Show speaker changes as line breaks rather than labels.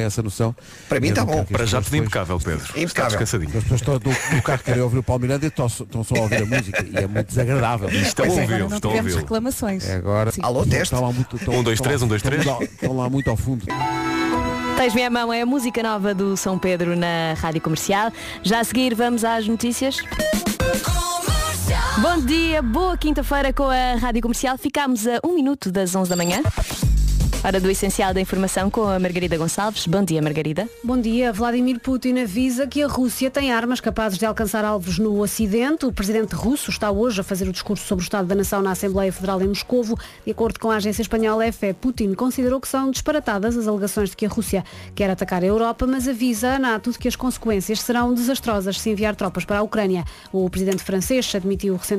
essa noção.
Para mim
Eu
tá
não quero
bom.
que as
Para já um tudo
pessoas
impecável, Pedro. Está
Impecável.
As
descansadinho.
pessoas estão do, do carro querem ouvir o Paulo Miranda e estão só estão só a ouvir a música e é muito desagradável.
Estão a
Pois é, agora
ouvi-lo, estão
não
a
tivemos
ouvi-lo.
reclamações.
É Agora,
Sim.
Alô, teste.
Estão lá muito, estão,
Um, dois,
estão
três,
lá-
um, dois, três.
Estão lá, estão lá muito ao fundo.
Tens minha mão é a música nova do São Pedro na Rádio Comercial. Já a seguir vamos às notícias. Bom dia, boa quinta-feira com a Rádio Comercial. Ficámos a um minuto das 11 da manhã. Hora do essencial da informação com a Margarida Gonçalves. Bom dia, Margarida.
Bom dia. Vladimir Putin avisa que a Rússia tem armas capazes de alcançar alvos no Ocidente. O presidente russo está hoje a fazer o discurso sobre o Estado da Nação na Assembleia Federal em Moscovo. De acordo com a agência espanhola EFE, Putin considerou que são disparatadas as alegações de que a Rússia quer atacar a Europa, mas avisa a NATO de que as consequências serão desastrosas se enviar tropas para a Ucrânia. O presidente francês admitiu recentemente